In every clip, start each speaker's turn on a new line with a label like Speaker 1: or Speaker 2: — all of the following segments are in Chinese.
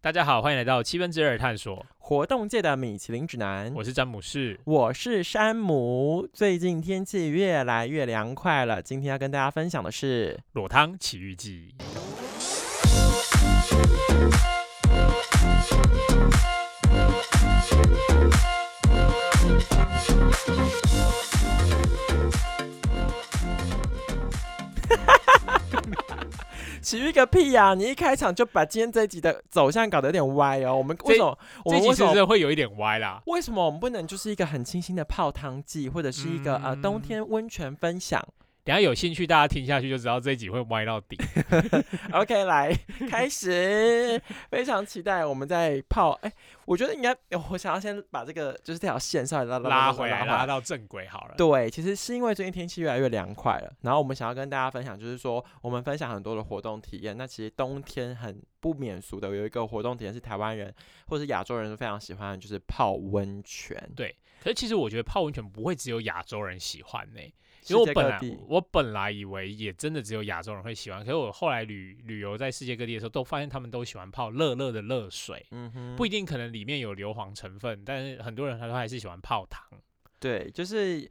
Speaker 1: 大家好，欢迎来到七分之二探索，
Speaker 2: 活动界的米其林指南。
Speaker 1: 我是詹姆士。
Speaker 2: 我是山姆，最近天气越来越凉快了。今天要跟大家分享的是，
Speaker 1: 裸汤奇遇记。
Speaker 2: 奇遇个屁呀、你一开场就把今天这一集的走向搞得有点歪哦。我们
Speaker 1: 这
Speaker 2: 为什么？我
Speaker 1: 这
Speaker 2: 们
Speaker 1: 集
Speaker 2: 为
Speaker 1: 其
Speaker 2: 什么？
Speaker 1: 实会有一点歪啦，
Speaker 2: 为什么我们不能就是一个很清新的泡汤季，或者是一个、呃冬
Speaker 1: 嗯
Speaker 2: 天温泉分享
Speaker 1: 等一下有兴趣大家听下去就知道这一集会歪到底。
Speaker 2: ？OK，来开始，非常期待我们在泡。哎、我觉得应该，我想要先把这个就是这条线稍微拉
Speaker 1: 拉
Speaker 2: 回
Speaker 1: 回
Speaker 2: 来
Speaker 1: 来，拉到正轨好了。
Speaker 2: 对，其实是因为最近天气越来越凉快了，然后我们想要跟大家分享，就是说我们分享很多的活动体验。那其实冬天很不免俗的，有一个活动体验是台湾人或是亚洲人都非常喜欢的，就是泡温泉。
Speaker 1: 可是其实我觉得泡温泉不会只有亚洲人喜欢呢、
Speaker 2: 世
Speaker 1: 因为我
Speaker 2: 界
Speaker 1: 本
Speaker 2: 各
Speaker 1: 来
Speaker 2: 地
Speaker 1: 我本来以为也真的只有亚洲人会喜欢，可是我后来旅旅游在世界各地的时候，都发现他们都喜欢泡热热的热水，
Speaker 2: 嗯哼，
Speaker 1: 不一定可能里面有硫磺成分，但是很多人他都还是喜欢泡汤。
Speaker 2: 对，就是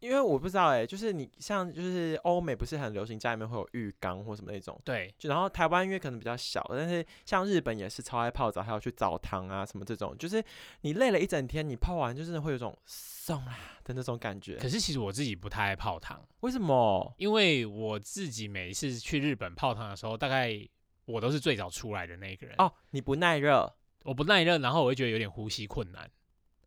Speaker 2: 因为我不知道哎、就是你像就是欧美不是很流行家里面会有浴缸或什么那种。
Speaker 1: 对，
Speaker 2: 就然后台湾因为可能比较小，但是像日本也是超爱泡澡，还有去澡堂啊什么这种，就是你累了一整天，你泡完就真的会有种送啦的那种感觉。
Speaker 1: 可是其实我自己不太爱泡汤，
Speaker 2: 为什么？
Speaker 1: 因为我自己每一次去日本泡汤的时候，大概我都是最早出来的那个人。
Speaker 2: 哦，你不耐热，
Speaker 1: 我不耐热，然后我会觉得有点呼吸困难。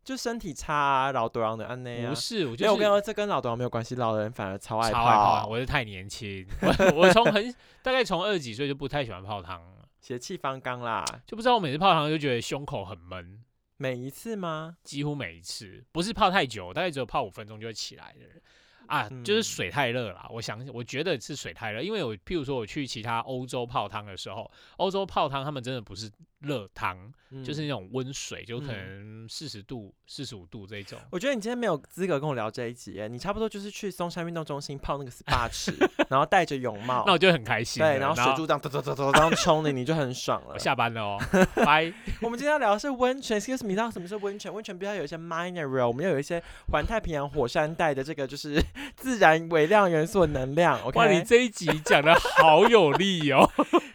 Speaker 2: 就身体差、啊，老多郎的安内啊。
Speaker 1: 不是，我
Speaker 2: 没有，
Speaker 1: 就
Speaker 2: 我跟
Speaker 1: 是
Speaker 2: 你说，这跟老多郎没有关系，老人反而超爱
Speaker 1: 超爱泡汤，我是太年轻，我我从很大概从二十几岁就不太喜欢泡汤了，
Speaker 2: 血气方刚啦。
Speaker 1: 就不知道我每次泡汤就觉得胸口很闷，
Speaker 2: 每一次吗？
Speaker 1: 几乎每一次不是泡太久，大概只有泡五分钟就会起来的人啊，就是
Speaker 2: 嗯
Speaker 1: 水太热啦。我想我觉得是水太热，因为我譬如说我去其他欧洲泡汤的时候，欧洲泡汤他们真的不是热汤，就是
Speaker 2: 嗯
Speaker 1: 那种温水，就可
Speaker 2: 嗯
Speaker 1: 能四十度、四十五度这种。
Speaker 2: 我觉得你今天没有资格跟我聊这一集耶，你差不多就是去松山运动中 心泡那个 SPA 池，然后戴着泳帽
Speaker 1: 那，我就很开心了。
Speaker 2: 哦对，然后水柱这样咚咚咚咚这样冲你，你就很爽了
Speaker 1: 我。下班了 哦，拜。
Speaker 2: 我们今天要聊的是温泉，excuse me，你知道什么是温泉？温泉必须要有一些 mineral，我们要有一些环太平洋火山带的这个就是 自然微量元素的能量。OK，
Speaker 1: 哇，你这一集讲的好有力 哦。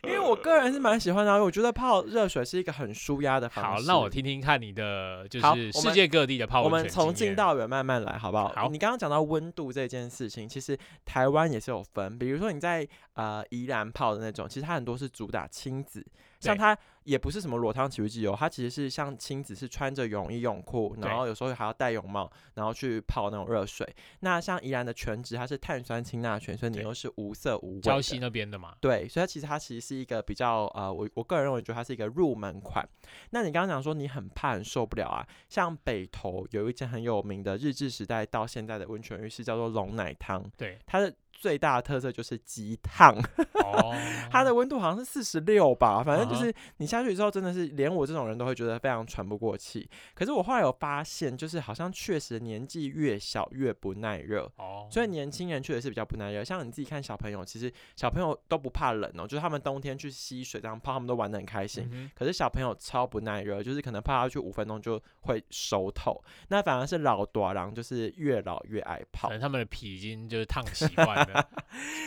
Speaker 2: 因为我个人是蛮喜欢的，啊我觉得泡热水是一个很舒压的方
Speaker 1: 好，
Speaker 2: 式。
Speaker 1: 那我。听听看你的，就
Speaker 2: 好
Speaker 1: 是
Speaker 2: 我
Speaker 1: 世
Speaker 2: 们
Speaker 1: 界各地的泡
Speaker 2: 我
Speaker 1: 温
Speaker 2: 们
Speaker 1: 泉
Speaker 2: 从
Speaker 1: 经
Speaker 2: 近
Speaker 1: 验
Speaker 2: 到远慢慢来，好不好？
Speaker 1: 好
Speaker 2: 你刚刚讲到温度这件事情，其实台湾也是有分，比如说你在呃宜兰泡的那种，其实它很多是主打亲子，像
Speaker 1: 对
Speaker 2: 它也不是什么裸汤体育机油，它其实是像亲子是穿着泳衣泳裤，
Speaker 1: 对
Speaker 2: 然后有时候还要戴泳帽，然后去泡那种热水。那像宜兰的全职，它是碳酸氢钠泉，所以你
Speaker 1: 对
Speaker 2: 又是无色无味
Speaker 1: 礁
Speaker 2: 的。
Speaker 1: 溪那边的 嘛。
Speaker 2: 对，所以它其实它其实是一个比较呃，我我个人认为觉得它是一个入门款。那你刚刚讲说你很怕很受不了啊，像北投有一间很有名的日治时代到现在的温泉浴室叫做龙奶汤，
Speaker 1: 对
Speaker 2: 它的最大的特色就是极烫，
Speaker 1: 哦，
Speaker 2: 它的温度好像是四十六吧，反正就
Speaker 1: 嗯哼
Speaker 2: 是你下去之后真的是连我这种人都会觉得非常喘不过气。可是我后来有发现，就是好像确实年纪越小越不耐热，
Speaker 1: 哦，
Speaker 2: 所以年轻人确实是比较不耐热，像你自己看小朋友，其实小朋友都不怕冷哦，就是他们冬天去溪水这样泡，他们都玩得很开心。
Speaker 1: 嗯哼
Speaker 2: 可是小朋友超不耐热，就是可能泡下去五分钟就会熟透。那反而是老多郎，就是越老越爱泡
Speaker 1: 可。能他们的皮已经就是 烫习惯了。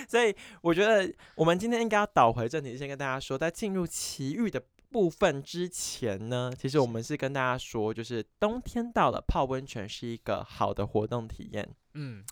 Speaker 2: 所以我觉得我们今天应该要倒回正题，先跟大家说，在进入奇遇的部分之前呢，其实我们是跟大家说，就是冬天到了，泡温泉是一个好的活动体验。
Speaker 1: 嗯，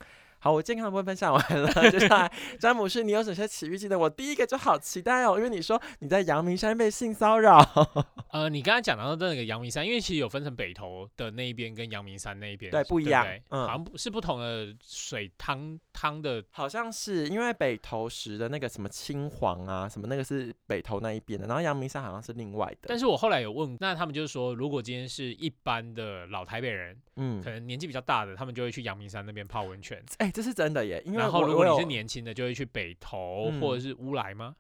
Speaker 2: 好，我健康的部分分享完了，接下来詹姆士，你有哪些奇遇记得？我第一个就好期待哦，因为你说你在阳明山被性骚扰，
Speaker 1: 呃，你刚才讲到的那个阳明山，因为其实有分成北投的那一边跟阳明山那一边，
Speaker 2: 对不一
Speaker 1: 对
Speaker 2: 样
Speaker 1: 对
Speaker 2: 嗯
Speaker 1: 好像不是不同的水汤汤的。
Speaker 2: 好像是因为北投石的那个什么青黄啊，什么那个是北投那一边的，然后阳明山好像是另外的。
Speaker 1: 但是我后来有问，那他们就是说，如果今天是一般的老台北人，
Speaker 2: 嗯
Speaker 1: 可，能年纪比较大的，他们就会去阳明山那边泡温泉。
Speaker 2: 哎、这是真的耶，因为
Speaker 1: 然
Speaker 2: 我
Speaker 1: 后如果
Speaker 2: 我
Speaker 1: 你
Speaker 2: 有
Speaker 1: 是年轻的，就会去北投、或者是乌来吗？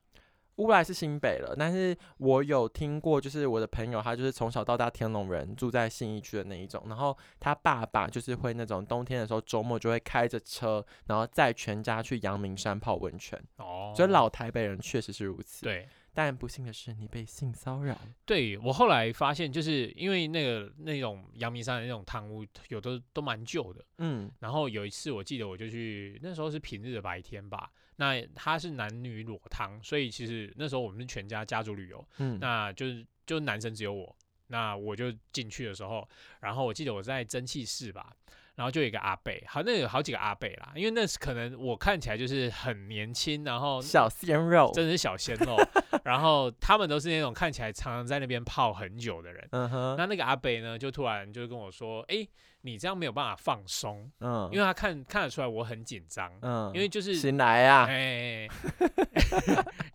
Speaker 2: 乌来是新北了，但是我有听过，就是我的朋友，他就是从小到大天龙人，住在信义区的那一种。然后他爸爸就是会那种冬天的时候，周末就会开着车，然后载全家去阳明山泡温泉。
Speaker 1: 哦，
Speaker 2: 所以老台北人确实是如此。
Speaker 1: 对，
Speaker 2: 但不幸的是，你被性骚扰。
Speaker 1: 对我后来发现，就是因为那个那种阳明山的那种汤屋，有的都蛮旧的。
Speaker 2: 嗯
Speaker 1: 然后有一次我记得我就去，那时候是平日的白天吧，那它是男女裸汤，所以其实那时候我们是全家家族旅游，
Speaker 2: 嗯，
Speaker 1: 那就是就是男生只有我，那我就进去的时候，然后我记得我在蒸汽室吧，然后就有一个阿贝，好，那有好几个阿贝啦，因为那是可能我看起来就是很年轻，然后
Speaker 2: 小鲜肉。
Speaker 1: 真的是小鲜肉，然后他们都是那种看起来常常在那边泡很久的人。
Speaker 2: 嗯哼，
Speaker 1: 那那个阿北呢，就突然就跟我说：“哎、你这样没有办法放松，
Speaker 2: 嗯，
Speaker 1: 因为他看看得出来我很紧张，
Speaker 2: 嗯，
Speaker 1: 因为就是
Speaker 2: 新来呀、啊，
Speaker 1: 哎，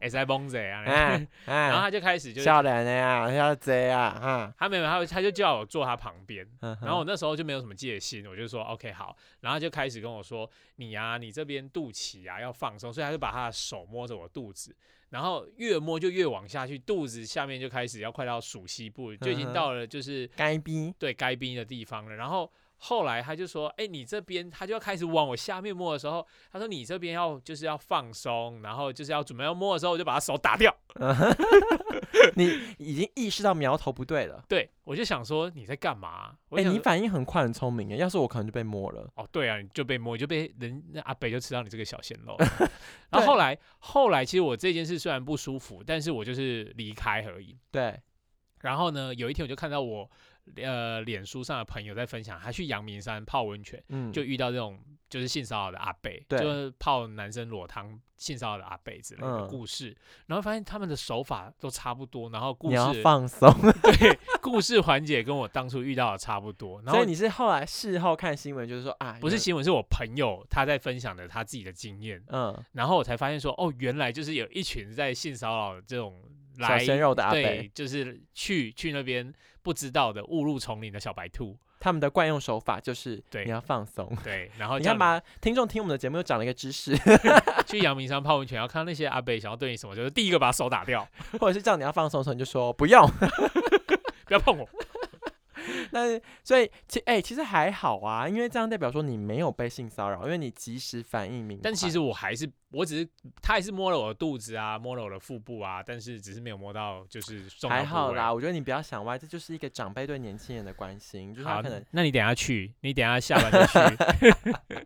Speaker 1: 哎在绷着啊。”
Speaker 2: 哎
Speaker 1: 然后
Speaker 2: 哎，
Speaker 1: 他就开始就是
Speaker 2: 笑脸的呀，要这样啊，
Speaker 1: 他没有，他他就叫我坐他旁边，
Speaker 2: 嗯哼，
Speaker 1: 然后我那时候就没有什么戒心，我就说 OK 好，然后他就开始跟我说你啊，你这边肚脐啊要放松，所以他就把他的手摸着我肚子，然后越摸就越往下去，肚子下面就开始要快到属膝部，就已
Speaker 2: 嗯
Speaker 1: 经
Speaker 2: 哼
Speaker 1: 到了就是
Speaker 2: 该 逼，
Speaker 1: 对该冰的地方了，然后。后来他就说：“哎、你这边他就要开始往我下面摸的时候，他说你这边要就是要放松，然后就是要准备要摸的时候，我就把他手打掉。
Speaker 2: 你已经意识到苗头不对了。
Speaker 1: 对我就想说你在干嘛、啊我
Speaker 2: 哎、
Speaker 1: 想
Speaker 2: 你
Speaker 1: 说
Speaker 2: 反应很快，很聪明耶。要是我可能就被摸了。
Speaker 1: 哦，对啊，你就被摸，你就被人那阿北就吃到你这个小鲜 肉。然后后来，后来其实我这件事虽然不舒服，但是我就是离开而已。
Speaker 2: 对，
Speaker 1: 然后呢，有一天我就看到我呃脸书上的朋友在分享，他去阳明山泡温泉，
Speaker 2: 嗯，
Speaker 1: 就遇到这种就是性骚扰的阿北，
Speaker 2: 对
Speaker 1: 就是泡男生裸汤性骚扰的阿北之类的
Speaker 2: 嗯
Speaker 1: 故事。然后发现他们的手法都差不多，然后故
Speaker 2: 你要
Speaker 1: 事
Speaker 2: 放松。
Speaker 1: 对故事环节跟我当初遇到的差不多。然
Speaker 2: 所
Speaker 1: 后
Speaker 2: 以你是后来事后看新闻，就是说啊，
Speaker 1: 不是
Speaker 2: 有
Speaker 1: 新闻，是我朋友他在分享的他自己的经验，
Speaker 2: 嗯，
Speaker 1: 然后我才发现说，哦，原来就是有一群在性骚扰这种
Speaker 2: 小
Speaker 1: 来
Speaker 2: 鲜肉的阿
Speaker 1: 对
Speaker 2: 贝，，
Speaker 1: 就是去去那边不知道的误入丛林的小白兔，
Speaker 2: 他们的惯用手法就是
Speaker 1: 对
Speaker 2: 你要放松。
Speaker 1: 对，然后
Speaker 2: 你
Speaker 1: 叫
Speaker 2: 看吧，听众听我们的节目又长了一个知识，
Speaker 1: 你去阳明山泡温泉，然后看到那些阿北想要对你什么，就是第一个把手打掉，
Speaker 2: 或者是叫你要放松的时候，你就说不用。
Speaker 1: 不要碰我，
Speaker 2: 但是，所以其哎、其实还好啊，因为这样代表说你没有被性骚扰，因为你及时反应明快。
Speaker 1: 但其实我还是，我只是他还是摸了我的肚子啊，摸了我的腹部啊，但是只是没有摸到就是重要
Speaker 2: 还
Speaker 1: 部
Speaker 2: 好
Speaker 1: 位
Speaker 2: 啦，。我觉得你不要想歪，这就是一个长辈对年轻人的关心，就是他
Speaker 1: 好
Speaker 2: 可能，
Speaker 1: 那你等一下去，你等一下下班就去，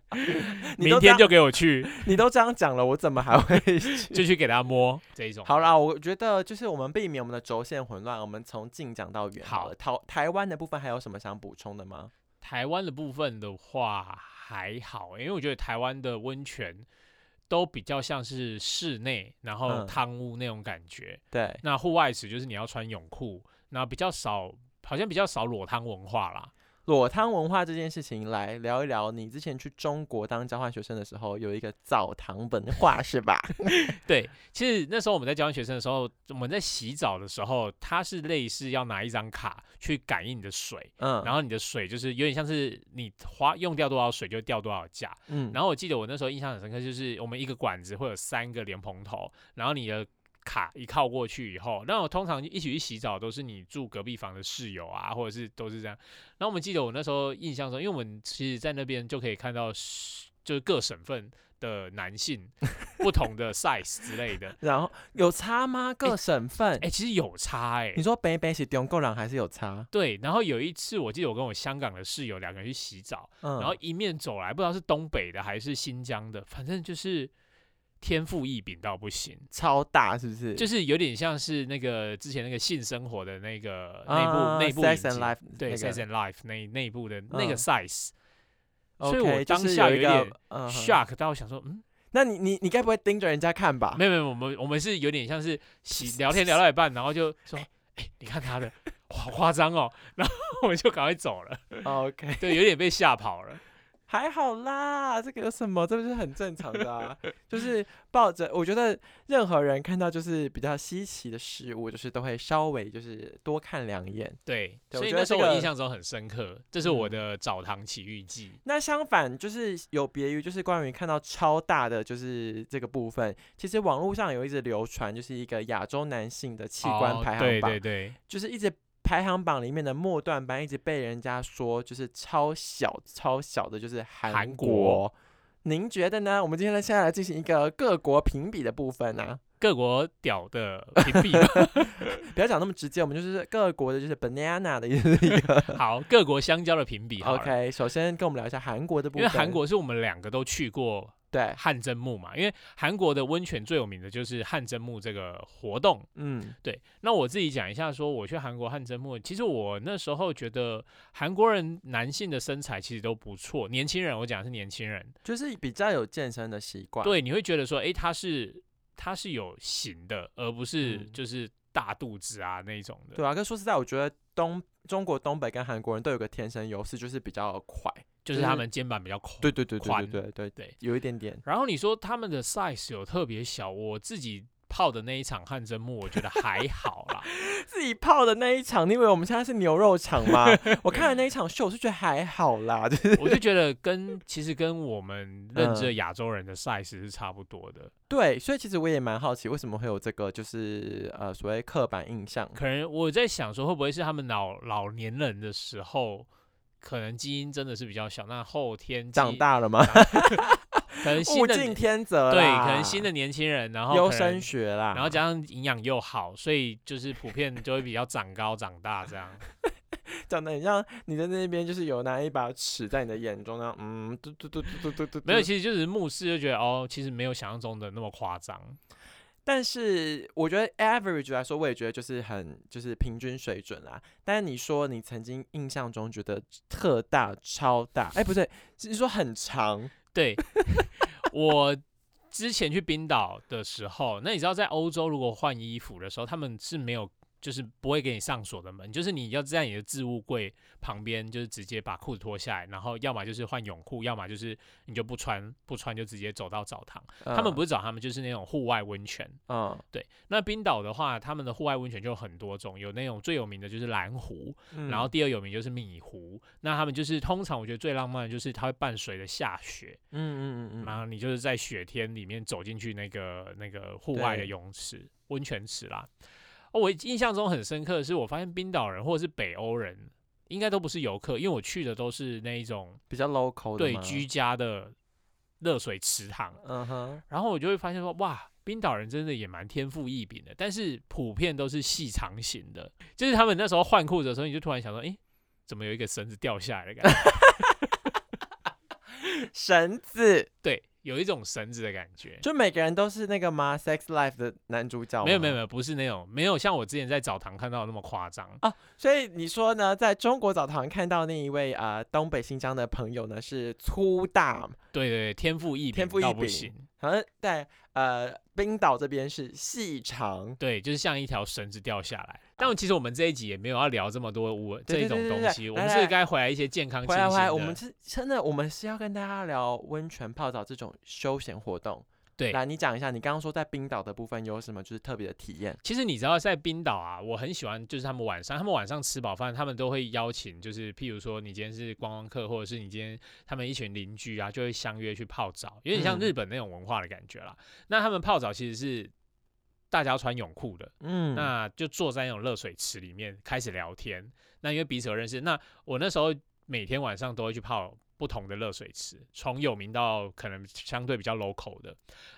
Speaker 2: 你
Speaker 1: 明
Speaker 2: 都
Speaker 1: 天
Speaker 2: 这
Speaker 1: 就
Speaker 2: 样
Speaker 1: 给我 去，
Speaker 2: 你都这样讲了，我怎么 还会
Speaker 1: 就去给他摸这一种。
Speaker 2: 好啦，我觉得就是我们避免我们的轴线混乱，我们从近讲到远好了。台台湾的部分还有什么想补充的吗？
Speaker 1: 台湾的部分的话还好，因为我觉得台湾的温泉都比较像是室内，然后
Speaker 2: 嗯
Speaker 1: 汤屋那种感觉。
Speaker 2: 对，
Speaker 1: 那户外池就是你要穿泳裤，那比较少，好像比较少裸汤文化啦。
Speaker 2: 裸汤文化这件事情来聊一聊。你之前去中国当交换学生的时候，有一个澡堂文化是吧？
Speaker 1: 对，其实那时候我们在交换学生的时候，我们在洗澡的时候，它是类似要拿一张卡去感应你的水，
Speaker 2: 嗯，
Speaker 1: 然
Speaker 2: 后
Speaker 1: 后你的水就是有点像是你花用掉多少水就掉多少价，
Speaker 2: 嗯
Speaker 1: 然后我记得我那时候印象很深刻，就是我们一个管子会有三个莲蓬头，然后你的卡一靠过去以后，那我通常一起去洗澡都是你住隔壁房的室友啊，或者是都是这样。然后我们记得我那时候印象中，因为我们其实在那边就可以看到是，就是各省份的男性不同的 size 之类的。
Speaker 2: 然后有差吗？各省份？
Speaker 1: 哎、其实有差哎、
Speaker 2: 你说北北是中国人还是有差？
Speaker 1: 对，然后有一次我记得我跟我香港的室友两个人去洗澡，
Speaker 2: 嗯，
Speaker 1: 然后迎面走来，不知道是东北的还是新疆的，反正就是天赋异禀到不行，
Speaker 2: 超大是不是？
Speaker 1: 就是是有点像是那个之前那个性生活的那个内部内部
Speaker 2: 啊 Sex
Speaker 1: 影
Speaker 2: and
Speaker 1: 集
Speaker 2: Life
Speaker 1: 对
Speaker 2: 那
Speaker 1: Sex
Speaker 2: 个
Speaker 1: and Life 那那一部的那个
Speaker 2: 嗯
Speaker 1: size，所以
Speaker 2: OK，
Speaker 1: 我
Speaker 2: 就
Speaker 1: 当
Speaker 2: 是
Speaker 1: 下
Speaker 2: 有一
Speaker 1: 有
Speaker 2: 个
Speaker 1: 点
Speaker 2: 嗯哼
Speaker 1: shock 到想说，嗯，
Speaker 2: 那你你你该不会盯着人家看吧？
Speaker 1: 没有没有，我们我们是有点像是洗聊天聊到一半，然后就说，哎，你看他的，哇好夸张哦，然后我们就赶快走了，
Speaker 2: OK，
Speaker 1: 对，有点被吓跑了，
Speaker 2: 还好啦，这个有什么？这不是很正常的啊？就是抱着，我觉得任何人看到就是比较稀奇的事物，就是都会稍微就是多看两眼。
Speaker 1: 对，
Speaker 2: 对
Speaker 1: 所
Speaker 2: 我
Speaker 1: 以
Speaker 2: 觉
Speaker 1: 那
Speaker 2: 得
Speaker 1: 时候
Speaker 2: 这
Speaker 1: 我
Speaker 2: 个
Speaker 1: 印象中很深刻，这是我
Speaker 2: 嗯
Speaker 1: 的澡堂奇遇记。
Speaker 2: 那相反，就是有别于就是关于看到超大的就是这个部分，其实网络上有一直流传，就是一个亚洲男性的器官
Speaker 1: 哦
Speaker 2: 排行榜，
Speaker 1: 对对对，
Speaker 2: 就是一直排行榜里面的末段班一直被人家说就是超小超小的，就是韩
Speaker 1: 韩
Speaker 2: 国。您觉得呢？我们今天呢，现在来进行一个各国评比的部分啊呢、
Speaker 1: 各国屌的评比吧，
Speaker 2: 不要讲那么直接，我们就是各国的，就是 banana 的意 思一个。
Speaker 1: 好，各国香蕉的评比好了
Speaker 2: OK，首先跟我们聊一下韩国的部
Speaker 1: 因
Speaker 2: 分，
Speaker 1: 为韩国是我们两个都去过
Speaker 2: 对，
Speaker 1: 汗蒸木嘛，因为韩国的温泉最有名的就是汗蒸木这个活动。
Speaker 2: 嗯，
Speaker 1: 对，那我自己讲一下，说我去韩国汗蒸木，其实我那时候觉得韩国人男性的身材其实都不错，年轻人，我讲的是年轻人，
Speaker 2: 就是比较有健身的习惯，，
Speaker 1: 对，你会觉得说，诶，他是他是有型的，而不是
Speaker 2: 嗯
Speaker 1: 就是大肚子啊那一种的，
Speaker 2: 对啊。跟说实在，我觉得东中国东北跟韩国人都有个天生优势，就是比较快，
Speaker 1: 就是他们肩膀比较宽。
Speaker 2: 对对对对
Speaker 1: 宽
Speaker 2: 对对对
Speaker 1: 对
Speaker 2: 有一点点。
Speaker 1: 然后你说他们的 size 有特别小，我自己泡的那一场汗蒸木，我觉得还好 啦。
Speaker 2: 自己泡的那一场，你以为我们现在是牛肉场 吗？我看了那一场秀，我是觉得还好啦，就是
Speaker 1: 我就觉得跟其实跟我们认
Speaker 2: 嗯
Speaker 1: 知的亚洲人的 size 是差不多的，
Speaker 2: 对，所以其实我也蛮好奇，为什么会有这个就是呃所谓刻板印象？
Speaker 1: 可能我在想说会不会是他们老老年人的时候，可能基因真的是比较小，那后天基
Speaker 2: 长，大了吗？
Speaker 1: 可能新
Speaker 2: 物
Speaker 1: 的
Speaker 2: 竞
Speaker 1: 年
Speaker 2: 天择
Speaker 1: 对，
Speaker 2: 啦，
Speaker 1: 可能新的年轻人，然后
Speaker 2: 优
Speaker 1: 可能
Speaker 2: 生学啦，
Speaker 1: 然后加上营养又好，所以就是普遍就会比较长高长大这 样。
Speaker 2: 讲的很像你在那边就是有拿一把尺在你的眼中呢，嗯，嘟嘟嘟嘟嘟嘟嘟，
Speaker 1: 没有，。其实就是目视就觉得哦，其实没有想象中的那么夸张。
Speaker 2: 但是我觉得 average 来说，我也觉得就是很就是平均水准啦。但是你说你曾经印象中觉得特大、超大，哎、不对，是你说很长，
Speaker 1: 对 我之前去冰岛的时候，那你知道在欧洲如果换衣服的时候，他们是没有。就是不会给你上锁的门，就是你要在你的置物柜旁边，就是直接把裤子脱下来，然后要么就是换泳裤，要么就是你就不穿，不穿就直接走到澡堂。他们不
Speaker 2: 是
Speaker 1: 是澡堂，他们就是那种户外温泉。
Speaker 2: 嗯，
Speaker 1: 对，那冰岛的话，他们的户外温泉就有很多种，有那种最有名的就是蓝湖，
Speaker 2: 嗯
Speaker 1: 然后第二有名就是米湖。那他们就是通常我觉得最浪漫的就是它会伴随着下雪，
Speaker 2: 嗯嗯嗯
Speaker 1: 然
Speaker 2: 嗯，
Speaker 1: 后你就是在雪天里面走进去那个那个户外的
Speaker 2: 对
Speaker 1: 泳池、温泉池啦。哦，我印象中很深刻的是，我发现冰岛人或者是北欧人应该都不是游客，因为我去的都是那一种
Speaker 2: 比较 local 的
Speaker 1: 对
Speaker 2: 吗
Speaker 1: 居，家的热水池塘，
Speaker 2: 嗯哼，
Speaker 1: 然后我就会发现说，哇，冰岛人真的也蛮天赋异禀的，但是普遍都是细长型的，就是他们那时候换裤子的时候，你就突然想说，诶，怎么有一个绳子掉下来的感觉？
Speaker 2: 绳子，
Speaker 1: 对，有一种绳子的感觉。
Speaker 2: 就每个人都是那个吗？Sex Life 的男主角吗？
Speaker 1: 没有没有没有，不是那种没有像我之前在澡堂看到的那么夸张。
Speaker 2: 所以你说呢，在中国澡堂看到那一位啊、呃东北新疆的朋友呢是粗大，
Speaker 1: 对对对，天赋异
Speaker 2: 天
Speaker 1: 禀
Speaker 2: 赋异
Speaker 1: 到不
Speaker 2: 禀
Speaker 1: 行。
Speaker 2: 好像在呃冰岛这边是细长。
Speaker 1: 对，就是像一条绳子掉下来。但其实我们这一集也没有要聊这么多我这
Speaker 2: 对
Speaker 1: 一
Speaker 2: 对
Speaker 1: 种
Speaker 2: 对对
Speaker 1: 东
Speaker 2: 对
Speaker 1: 西，我
Speaker 2: 来
Speaker 1: 们
Speaker 2: 来
Speaker 1: 是
Speaker 2: 来
Speaker 1: 该回来一些健康
Speaker 2: 回
Speaker 1: 清
Speaker 2: 来
Speaker 1: 醒
Speaker 2: 回来，我们
Speaker 1: 的。
Speaker 2: 是真的，我们是要跟大家聊温泉泡澡这种休闲活动。
Speaker 1: 对
Speaker 2: 来你讲一下，你刚刚说在冰岛的部分有什么就是特别的体验？
Speaker 1: 其实你知道，在冰岛啊，我很喜欢，就是他们晚上，他们晚上吃饱饭，他们都会邀请，就是譬如说，你今天是观光客，或者是你今天他们一群邻居啊，就会相约去泡澡，有点像
Speaker 2: 嗯
Speaker 1: 日本那种文化的感觉啦。那他们泡澡其实是大家穿泳裤的，
Speaker 2: 嗯，
Speaker 1: 那就坐在那种热水池里面开始聊天。那因为彼此有认识，那我那时候每天晚上都会去泡不同的热水池，从有名到可能相对比较 local 的。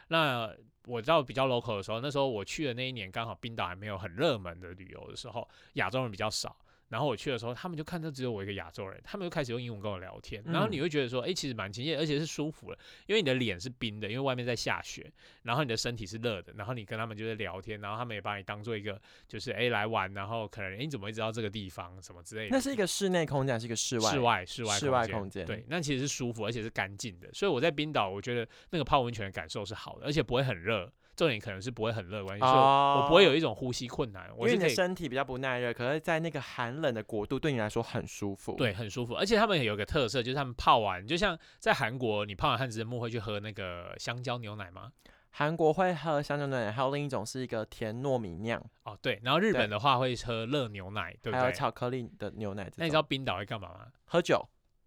Speaker 1: 那我到比较 local 的时候，那时候我去的那一年刚好冰岛还没有很热门的旅游的时候，亚洲人比较少。然后我去的时候，他们就看到只有我一个亚洲人，他们就开始用英文跟我聊天，然后
Speaker 2: 嗯
Speaker 1: 你会觉得说，哎、其实蛮亲切，而且是舒服的，因为你的脸是冰的，因为外面在下雪，然后你的身体是热的，然后你跟他们就是聊天，然后他们也把你当做一个就是哎、诶来玩，然后可能哎、诶你怎么会知道这个地方什么之类的。
Speaker 2: 那是一个室内空间，还是一个室外？
Speaker 1: 室外室外
Speaker 2: 室外
Speaker 1: 空
Speaker 2: 空间
Speaker 1: 对，那其实是舒服而且是干净的，所以我在冰岛，我觉得那个泡温泉的感受是好的，而且不会很热。重点可能是不会很热的关系，所以我
Speaker 2: 哦
Speaker 1: 我不会有一种呼吸困难，
Speaker 2: 因
Speaker 1: 我
Speaker 2: 为
Speaker 1: 是
Speaker 2: 你
Speaker 1: 可
Speaker 2: 的
Speaker 1: 以
Speaker 2: 身体比较不耐热，可是，在那个寒冷的国度，对你来说很舒服。，
Speaker 1: 对很舒服。而且他们有一个特色，就是他们泡完，就像在韩国，你泡完汗蒸木会去喝那个香蕉牛奶吗？
Speaker 2: 韩国会喝香蕉牛奶，还有另一种是一个甜糯米酿，
Speaker 1: 哦，对。然后日
Speaker 2: 对
Speaker 1: 本的话会喝热牛奶，对不
Speaker 2: 还有
Speaker 1: 对？
Speaker 2: 巧克力的牛奶这种。
Speaker 1: 那你知道冰岛会干嘛吗？
Speaker 2: 喝酒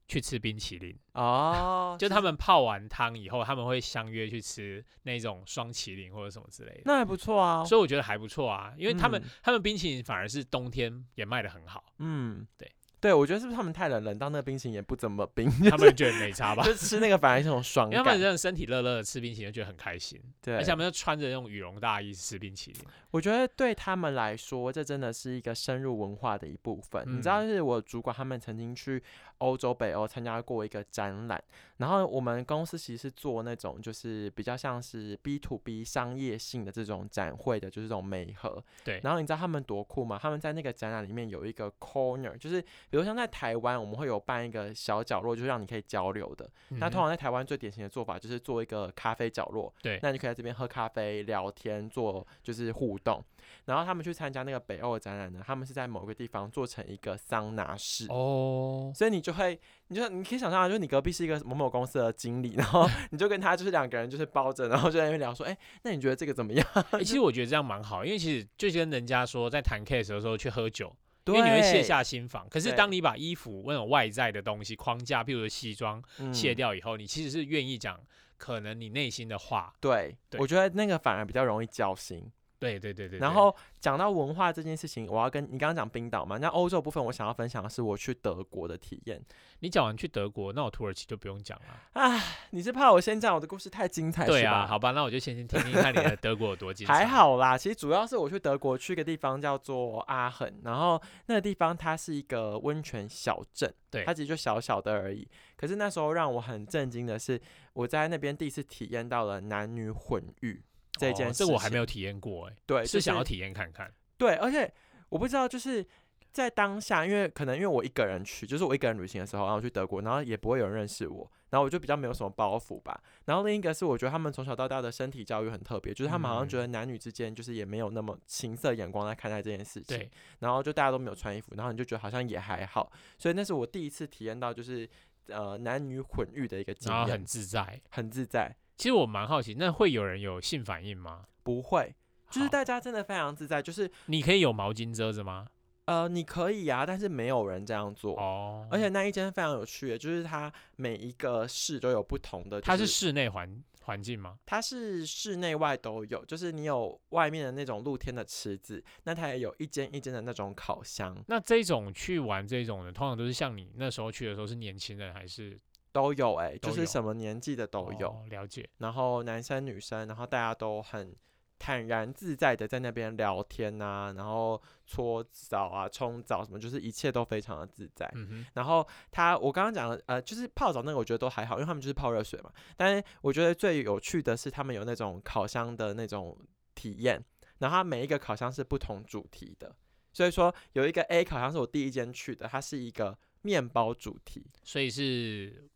Speaker 1: 去吃冰淇淋，，
Speaker 2: 哦
Speaker 1: 就他们泡完汤以后，他们会相约去吃那种双麒麟或者什么之类的。
Speaker 2: 那还不错啊。
Speaker 1: 所以我觉得还不错啊，因为他们、
Speaker 2: 嗯
Speaker 1: 他们冰淇淋反而是冬天也卖的很好。
Speaker 2: 嗯，
Speaker 1: 对
Speaker 2: 对，我觉得是不是他们太冷，冷到那个冰淇淋也不怎么 冰，？
Speaker 1: 他们觉得没差吧
Speaker 2: 就吃那个反而是一种爽
Speaker 1: 因为他们
Speaker 2: 感。
Speaker 1: 真的身体热热的，吃冰淇淋就觉得很开心，
Speaker 2: 对
Speaker 1: 而，且他们就穿着那种羽绒大衣吃冰淇淋。
Speaker 2: 我觉得对他们来说，这真的是一个深入文化的一部分。你知道，
Speaker 1: 嗯
Speaker 2: 是我主管他们曾经去欧洲北欧参加过一个展览，然后我们公司其实是做那种就是比较像是 B to B 商业性的这种展会的，就是这种媒合。
Speaker 1: 对
Speaker 2: 然后你知道他们多酷吗？他们在那个展览里面有一个 corner，就是比如像在台湾，我们会有办一个小角落，就是让你可以交流的。那
Speaker 1: 嗯
Speaker 2: 通
Speaker 1: 哼
Speaker 2: 常在台湾最典型的做法就是做一个咖啡角落，
Speaker 1: 对
Speaker 2: 那你可以在这边喝咖啡、聊天、做就是互动。然后他们去参加那个北欧的展览呢，他们是在某个地方做成一个桑拿室。
Speaker 1: 哦，
Speaker 2: 所以你就会，你就你可以想象啊，就是你隔壁是一个某某公司的经理，然后你就跟他就是两个人就是包着，然后就在那边聊说，哎、那你觉得这个怎么样？
Speaker 1: 欸其实我觉得这样蛮好，因为其实就跟人家说，在谈 case 的时候去喝酒， 因
Speaker 2: 对，
Speaker 1: 为你会卸下心防。可是
Speaker 2: 对
Speaker 1: 当你把衣服那种外在的东西框架，譬如说西装
Speaker 2: 嗯
Speaker 1: 卸掉以后，你其实是愿意讲可能你内心的话。
Speaker 2: 对，
Speaker 1: 对
Speaker 2: 我觉得那个反而比较容易交心。
Speaker 1: 对对对对。
Speaker 2: 然
Speaker 1: 对
Speaker 2: 后讲到文化这件事情，我要跟你刚刚讲冰岛嘛，那欧洲部分我想要分享的是我去德国的体验。
Speaker 1: 你讲完去德国，那我土耳其就不用讲了。
Speaker 2: 你是怕我先讲我的故事太精彩
Speaker 1: 对
Speaker 2: 是
Speaker 1: 啊，
Speaker 2: 吧？
Speaker 1: 好吧，那我就先先听听看你的德国有多精彩。
Speaker 2: 还，好啦，其实主要是我去德国去一个地方叫做阿恒，然后那个地方它是一个温泉小镇，
Speaker 1: 对
Speaker 2: 它其实就小小的而已。可是那时候让我很震惊的是，我在那边第一次体验到了男女混浴这
Speaker 1: 哦、
Speaker 2: 件事
Speaker 1: 这
Speaker 2: 情。
Speaker 1: 个我还没有体验过、欸，
Speaker 2: 对，
Speaker 1: 哎，
Speaker 2: 就是
Speaker 1: 想要体验看看。
Speaker 2: 对，而且我不知道，就是在当下，因为可能因为我一个人去，就是我一个人旅行的时候，然后去德国，然后也不会有人认识我，然后我就比较没有什么包袱吧。然后另一个是，我觉得他们从小到大的身体教育很特别，就是他们
Speaker 1: 嗯
Speaker 2: 好像觉得男女之间就是也没有那么情色眼光来看待这件事情
Speaker 1: 对，，
Speaker 2: 然后就大家都没有穿衣服，然后你就觉得好像也还好，所以那是我第一次体验到就是。呃，男女混浴的一个经
Speaker 1: 然后
Speaker 2: 验，
Speaker 1: 啊很自在。
Speaker 2: 很自在，
Speaker 1: 其实我蛮好奇，那会有人有性反应吗？
Speaker 2: 不会，就是
Speaker 1: 好
Speaker 2: 大家真的非常自在，就是
Speaker 1: 你可以有毛巾遮着吗？
Speaker 2: 呃，你可以啊，但是没有人这样做
Speaker 1: 哦，
Speaker 2: 而且那一间非常有趣，就是它每一个室都有不同的，就
Speaker 1: 它是
Speaker 2: 是
Speaker 1: 室内环环境吗？
Speaker 2: 它是室内外都有，就是你有外面的那种露天的池子，那它也有一间一间的那种烤箱，
Speaker 1: 那这种去玩这种的，通常都是像你那时候去的时候是年轻人还是
Speaker 2: 都有哎、就
Speaker 1: 都
Speaker 2: 是
Speaker 1: 有
Speaker 2: 什么年纪的都有，
Speaker 1: 哦了解？
Speaker 2: 然后男生女生，然后大家都很坦然自在的在那边聊天啊，然后搓澡啊、冲澡什么，就是一切都非常的自在。
Speaker 1: 嗯哼，
Speaker 2: 然后他，我刚刚讲的，呃，就是泡澡那个，我觉得都还好，因为他们就是泡热水嘛。但是我觉得最有趣的是，他们有那种烤箱的那种体验，然后它每一个烤箱是不同主题的。所以说，有一个 A 烤箱是我第一间去的，它是一个面包主题，
Speaker 1: 所以是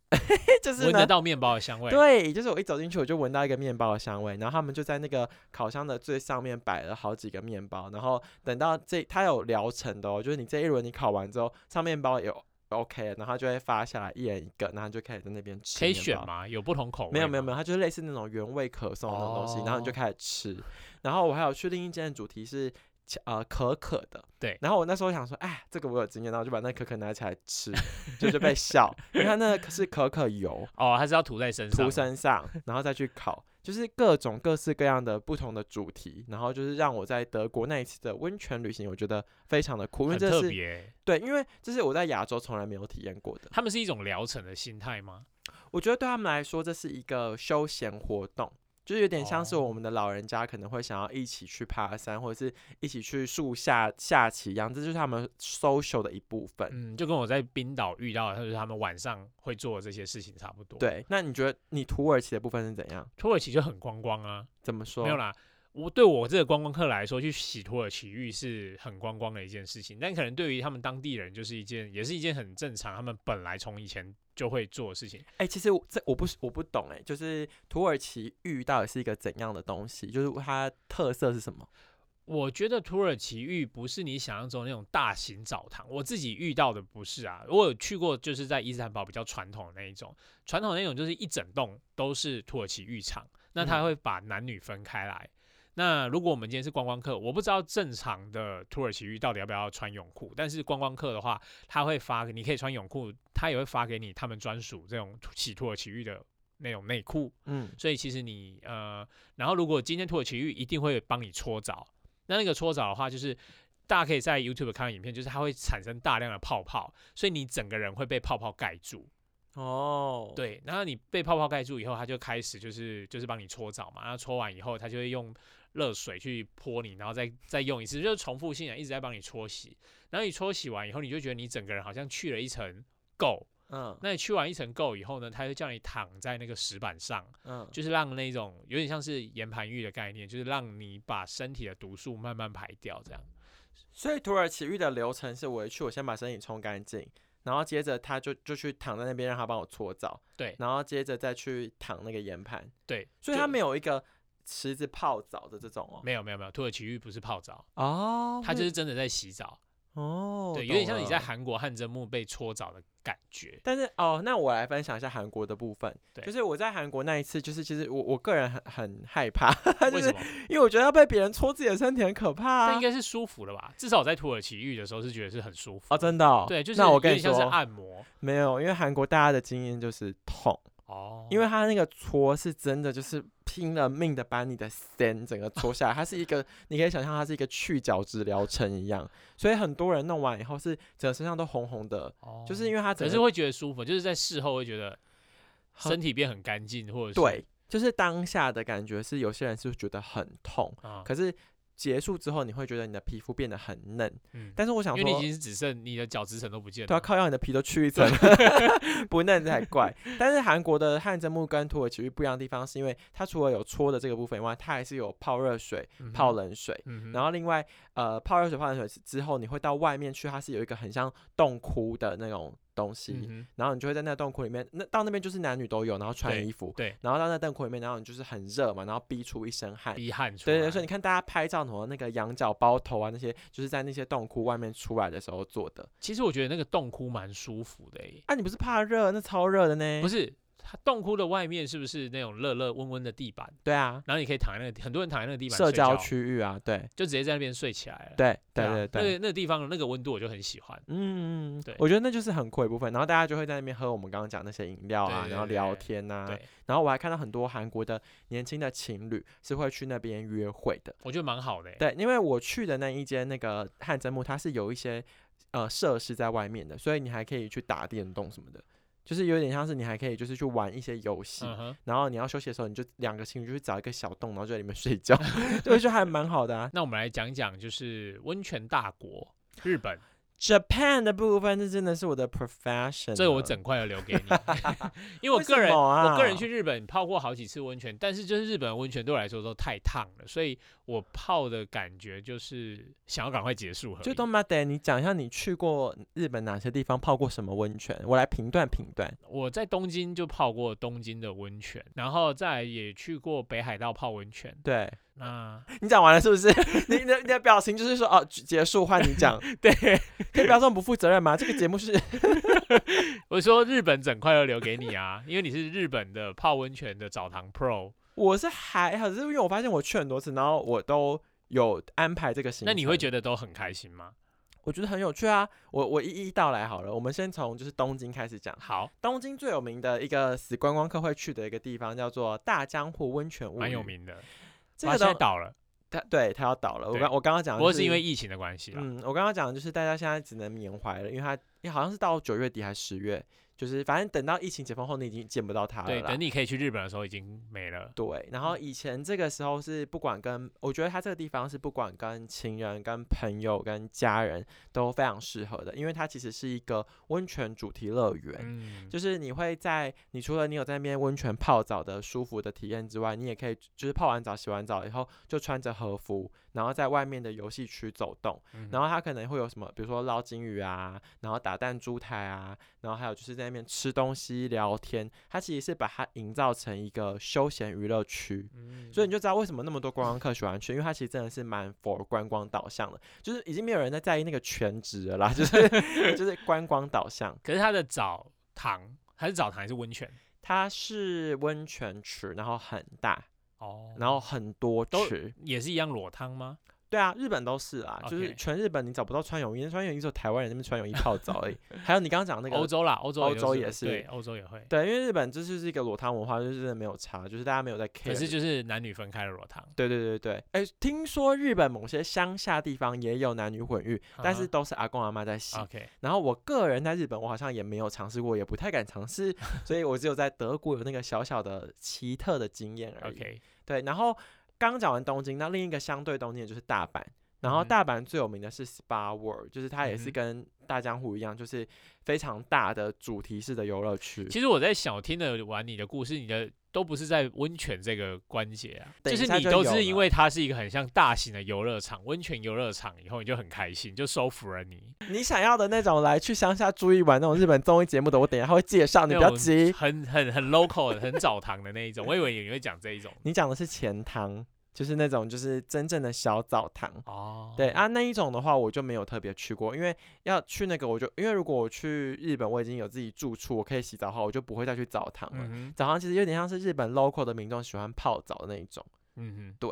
Speaker 2: 就是
Speaker 1: 闻得
Speaker 2: 呢，
Speaker 1: 到面包的香味。
Speaker 2: 对，就是我一走进去我就闻到一个面包的香味，然后他们就在那个烤箱的最上面摆了好几个面包，然后等到这它有疗程的哦，就是你这一轮你烤完之后，上面包有 OK，了然后它就会发下来一人一个，然后你就开始在那边吃。
Speaker 1: 可以选？吗？有不同口味？
Speaker 2: 没有没有没有，它就是类似那种原味可颂那种东西，然后你就
Speaker 1: 哦
Speaker 2: 开始吃。然后我还有去另一间的主题是。呃，可可的，
Speaker 1: 对
Speaker 2: 然后我那时候想说，哎，这个我有经验，然后我就把那可可拿起来吃，就就被笑，因为它那个是可可油，
Speaker 1: 哦，它是要涂在身上
Speaker 2: 涂
Speaker 1: 的。
Speaker 2: 身上，然后再去烤，就是各种各式各样的不同的主题，然后就是让我在德国那一次的温泉旅行，我觉得非常的酷，因为
Speaker 1: 很
Speaker 2: 这
Speaker 1: 特
Speaker 2: 是
Speaker 1: 别欸，
Speaker 2: 对，因为这是我在亚洲从来没有体验过的。
Speaker 1: 他们是一种疗程的心态吗？
Speaker 2: 我觉得对他们来说，这是一个休闲活动。就是有点像是
Speaker 1: 哦
Speaker 2: 我们的老人家可能会想要一起去爬山，或者是一起去树下下棋一样，这就是他们 social 的一部分。
Speaker 1: 嗯，就跟我在冰岛遇到的，就是他们晚上会做的这些事情差不多。，
Speaker 2: 对，那你觉得你土耳其的部分是怎样？
Speaker 1: 土耳其就很观光啊，
Speaker 2: 怎么说？
Speaker 1: 没有啦。我对我这个观光客来说，去洗土耳其浴是很观光的一件事情，但可能对于他们当地人，就是一件也是一件很正常，他们本来从以前就会做的事情。
Speaker 2: 哎、其实我这我不是我不懂哎、就是土耳其浴到底是一个怎样的东西？就是它特色是什么？
Speaker 1: 我觉得土耳其浴不是你想象中那种大型澡堂，我自己遇到的不是啊。我有去过，就是在伊斯坦堡比较传统的那一种，传统的那种就是一整栋都是土耳其浴场，那它
Speaker 2: 嗯
Speaker 1: 会把男女分开来。那如果我们今天是观光客，我不知道正常的土耳其浴到底要不要穿泳裤，但是观光客的话，他会发给你可以穿泳裤，他也会发给你他们专属这种土洗土耳其浴的那种内裤。
Speaker 2: 嗯，
Speaker 1: 所以其实你呃，然后如果今天土耳其浴一定会帮你搓澡，那那个搓澡的话，就是大家可以在 YouTube 看到影片，就是它会产生大量的泡泡，所以你整个人会被泡泡盖住。
Speaker 2: 哦，，
Speaker 1: 对，然后你被泡泡盖住以后，它就开始就是就是帮你搓澡嘛，然后搓完以后，它就会用热水去泼你，然后再再用一次，就是重复性的一直在帮你搓洗。然后你搓洗完以后，你就觉得你整个人好像去了一层垢。
Speaker 2: 嗯
Speaker 1: 那你去完一层垢以后呢，它就叫你躺在那个石板上，
Speaker 2: 嗯，
Speaker 1: 就是让那种有点像是岩盘浴的概念，就是让你把身体的毒素慢慢排掉，这样。
Speaker 2: 所以土耳其浴的流程是，我一去我先把身体冲干净，然后接着他就就去躺在那边让他帮我搓澡，
Speaker 1: 对
Speaker 2: 然后接着再去躺那个岩盘，
Speaker 1: 对，
Speaker 2: 所以
Speaker 1: 就
Speaker 2: 他没有一个池子泡澡的这种哦。
Speaker 1: 没有没有没有，土耳其浴不是泡澡，
Speaker 2: 哦，
Speaker 1: 它就是是真的在洗澡。
Speaker 2: 哦，
Speaker 1: 对，有点
Speaker 2: 懂
Speaker 1: 像你在
Speaker 2: 了
Speaker 1: 韩国汗蒸木被搓澡的感 觉。
Speaker 2: 但是哦，那我来分享一下韩国的部分。
Speaker 1: 对
Speaker 2: 就是我在韩国那一次，就是其实我我个人很很害怕，就
Speaker 1: 为什
Speaker 2: 是
Speaker 1: 么？
Speaker 2: 因为我觉得要被别人戳自己的身体很可怕
Speaker 1: 但
Speaker 2: 啊
Speaker 1: 应。该是舒服的吧？至少我在土耳其浴的时候是觉得是很舒服。
Speaker 2: 哦，真的、哦。
Speaker 1: 对，就是
Speaker 2: 那我
Speaker 1: 有
Speaker 2: 跟
Speaker 1: 点
Speaker 2: 你
Speaker 1: 像是啊
Speaker 2: 说，
Speaker 1: 按摩
Speaker 2: 没有，因为韩国大家的经验就是痛，
Speaker 1: 哦，
Speaker 2: 因为他那个戳是真的，就是拼了命的把你的森整个戳下来，它是一个，你可以想象它是一个去角质疗程一样，所以很多人弄完以后是整个身上都红红的，
Speaker 1: 哦
Speaker 2: 就是因为它
Speaker 1: 可
Speaker 2: 整
Speaker 1: 是
Speaker 2: 个
Speaker 1: 会觉得舒服，就是在事后会觉得
Speaker 2: 很
Speaker 1: 身体变很干净，或者是
Speaker 2: 对，就是当下的感觉是有些人是觉得很痛，
Speaker 1: 啊，
Speaker 2: 可是结束之后你会觉得你的皮肤变得很嫩，
Speaker 1: 嗯，
Speaker 2: 但是我想
Speaker 1: 因为你已
Speaker 2: 说。
Speaker 1: 经是只剩你的角质层都不见
Speaker 2: 对啊，
Speaker 1: 了。
Speaker 2: 靠药你的皮都去一层， 不嫩才怪。但是韩国的汗蒸木跟土耳其浴不一样的地方，是因为它除了有搓的这个部分以外，它还是有泡热水、
Speaker 1: 嗯
Speaker 2: 泡
Speaker 1: 哼，
Speaker 2: 冷水，
Speaker 1: 嗯哼
Speaker 2: 然后另外，呃，泡热水、泡冷水之后，你会到外面去，它是有一个很像洞窟的那种东西，
Speaker 1: 嗯哼
Speaker 2: 然后你就会在那个洞窟里面，那到那边就是男女都有，然后穿
Speaker 1: 对
Speaker 2: 衣服，
Speaker 1: 对，
Speaker 2: 然后到那洞窟里面，然后你就是很热嘛，然后逼出一身汗。
Speaker 1: 逼汗出来。
Speaker 2: 对对，所以你看大家拍照，什么那个羊角包头啊，那些就是在那些洞窟外面出来的时候做的。
Speaker 1: 其实我觉得那个洞窟蛮舒服的耶，
Speaker 2: 啊，你不是怕热？那超热的呢。
Speaker 1: 不
Speaker 2: 是，
Speaker 1: 是？它洞窟的外面是不是那种热热温温的地板？
Speaker 2: 对啊，
Speaker 1: 然后你可以躺在那个，很多人躺在那个地板
Speaker 2: 社
Speaker 1: 睡觉
Speaker 2: 交，区域啊，对
Speaker 1: 就直接在那边睡起来了。
Speaker 2: 对对
Speaker 1: 啊
Speaker 2: 对
Speaker 1: 那
Speaker 2: 对，
Speaker 1: 个那个地方的那个温度我就很喜欢。
Speaker 2: 嗯，嗯嗯
Speaker 1: 对
Speaker 2: 我觉得那就是很酷的部分。然后大家就会在那边喝我们刚刚讲那些饮料
Speaker 1: 对
Speaker 2: 啊，
Speaker 1: 对
Speaker 2: 然后
Speaker 1: 对
Speaker 2: 聊
Speaker 1: 对
Speaker 2: 天呐、
Speaker 1: 对，
Speaker 2: 然后我还看到很多韩国的年轻的情侣是会去那边约会的。
Speaker 1: 我觉得蛮好的欸。
Speaker 2: 对，因为我去的那一间那个汗蒸木，它是有一些呃设施在外面的，所以你还可以去打电动什么的，就是有点像是你还可以就是去玩一些游戏。
Speaker 1: 嗯哼，
Speaker 2: 然后你要休息的时候，你就两个情侣就去找一个小洞，然后就在里面 睡觉，就就还蛮好的啊。
Speaker 1: 那我们来讲一讲，就是温泉大国日本，
Speaker 2: Japan 的部分，这真的是我的 profession 啊。
Speaker 1: 这我整块要留给 你，因为我
Speaker 2: 为
Speaker 1: 个
Speaker 2: 什
Speaker 1: 人、
Speaker 2: 么啊
Speaker 1: 我个人去日本泡过好几次温泉，但是就是日本的温泉对我来说都太烫了，所以我泡的感觉就是想要赶快结束而已。
Speaker 2: 就都妈得你讲一下你去过日本哪些地方泡过什么温泉，我来评断评断。
Speaker 1: 我在东京就泡过东京的温泉，然后再来也去过北海道泡温泉。
Speaker 2: 对，
Speaker 1: 那
Speaker 2: 你讲完了是不是？ 你你的你的表情就是说哦，结束换你讲，
Speaker 1: 对，
Speaker 2: 可以不要这么不负责任吗？这个节目是
Speaker 1: 我说日本整块都留给你啊， 因为你是日本的泡温泉的澡堂 Pro，
Speaker 2: 我是还好，是因为我发现我去很多次，然后我都有安排这个行程。
Speaker 1: 那你会
Speaker 2: 得
Speaker 1: 觉得都很开心吗？
Speaker 2: 我觉得很有趣啊！我我一一道来好了，我们先从就是东京开始讲。
Speaker 1: 好，
Speaker 2: 东京最有名的一个死观光客会去的一个地方叫做大江户温泉物语，
Speaker 1: 蛮有。名的。
Speaker 2: 这
Speaker 1: 哇
Speaker 2: 个
Speaker 1: 现在
Speaker 2: 东
Speaker 1: 倒了，
Speaker 2: 它对它要倒了。我
Speaker 1: 对
Speaker 2: 刚我刚刚讲
Speaker 1: 不过
Speaker 2: 的、
Speaker 1: 是因为疫情的啊关系啦。
Speaker 2: 嗯，我刚刚讲的就是大家现在只能缅怀了，因为它因为好像是到九月底还是十月，就是反正等到疫情解封后，你已经见不到它了
Speaker 1: 对，
Speaker 2: 啦
Speaker 1: 等你可以去日本的时候已经没了。
Speaker 2: 对，然后以前这个时候是不管跟，我觉得它这个地方是不管跟情人、跟朋友、跟家人都非常适合的，因为它其实是一个温泉主题乐园。
Speaker 1: 嗯，
Speaker 2: 就是你会在，你除了你有在那边温泉泡澡的舒服的体验之外，你也可以就是泡完澡、洗完澡以后，就穿着和服，然后在外面的游戏区走动。
Speaker 1: 嗯
Speaker 2: 然后它可能会有什么，比如说捞金鱼啊，然后打弹珠台啊，然后还有就是在那边吃东西、聊天。它其实是把它营造成一个休闲娱乐区。
Speaker 1: 嗯
Speaker 2: 所以你就知道为什么那么多观光客喜欢去，因为它其实真的是蛮 for 观光导向的，就是已经没有人在在意那个全职了啦，就是就是 观光导向。
Speaker 1: 可是它的澡堂还是澡堂还是温泉
Speaker 2: 它是温泉池，然后很大，
Speaker 1: 哦，
Speaker 2: 然后很多
Speaker 1: 都
Speaker 2: 池，
Speaker 1: 也是一样裸汤吗？
Speaker 2: 对啊，日本都是啦，就是
Speaker 1: ，OK
Speaker 2: 全日本你找不到穿泳衣，穿泳衣只有台湾人在那边穿泳衣泡澡而已。还有你刚刚讲那
Speaker 1: 欧
Speaker 2: 个，
Speaker 1: 洲啦，欧洲
Speaker 2: 欧洲
Speaker 1: 有
Speaker 2: 也
Speaker 1: 日
Speaker 2: 是
Speaker 1: 对，欧洲也会，
Speaker 2: 对，因为日本这就是一个裸汤文化，就是真的没有差，就是大家没有在 care。
Speaker 1: 可是就是男女分开的裸汤，
Speaker 2: 对对对对，哎、听说日本某些乡下地方也有男女混浴，但是
Speaker 1: 嗯
Speaker 2: 都是阿公阿妈在洗。
Speaker 1: 哼 OK，
Speaker 2: 然后我个人在日本，我好像也没有尝试过，也不太敢 尝试，所以我只有在德国有那个小小的奇特的经验而已。
Speaker 1: OK，
Speaker 2: 对，然后刚讲完东京，那另一个相对东京的就是大阪。然
Speaker 1: 嗯
Speaker 2: 后
Speaker 1: 哼
Speaker 2: 大阪最有名的是 SPA World，就是它也
Speaker 1: 嗯
Speaker 2: 是
Speaker 1: 哼
Speaker 2: 跟大江户一样，就是非常大的主题式的游乐区。
Speaker 1: 其实我在想，我听了完你的故事，你的都不是在温泉这个关节啊，
Speaker 2: 等
Speaker 1: 就
Speaker 2: 一
Speaker 1: 是
Speaker 2: 下
Speaker 1: 你
Speaker 2: 就
Speaker 1: 都
Speaker 2: 有
Speaker 1: 是因
Speaker 2: 了
Speaker 1: 为它是一个很像大型的游乐场，温泉游乐场以后你就很开心，就收服了你。
Speaker 2: 你想要的那种来去乡下住一晚那种日本综艺节目的，我等一下会介绍，哦你
Speaker 1: 那
Speaker 2: 不要
Speaker 1: 种
Speaker 2: 急。
Speaker 1: 很很很 local 的、很澡堂的那 一种，我以为你会讲这一种
Speaker 2: 你讲的是钱汤，就是那种就是真正的小澡堂。
Speaker 1: 哦。
Speaker 2: 对，啊，那一种的话我就没有特别去过，因为要去那个我就因为如果我去日本我已经有自己住处，我可以洗澡的话，我就不会再去澡堂了。
Speaker 1: 嗯哼，
Speaker 2: 澡堂其实有点像是日本 local 的民众喜欢泡澡的那一种。
Speaker 1: 嗯
Speaker 2: 对，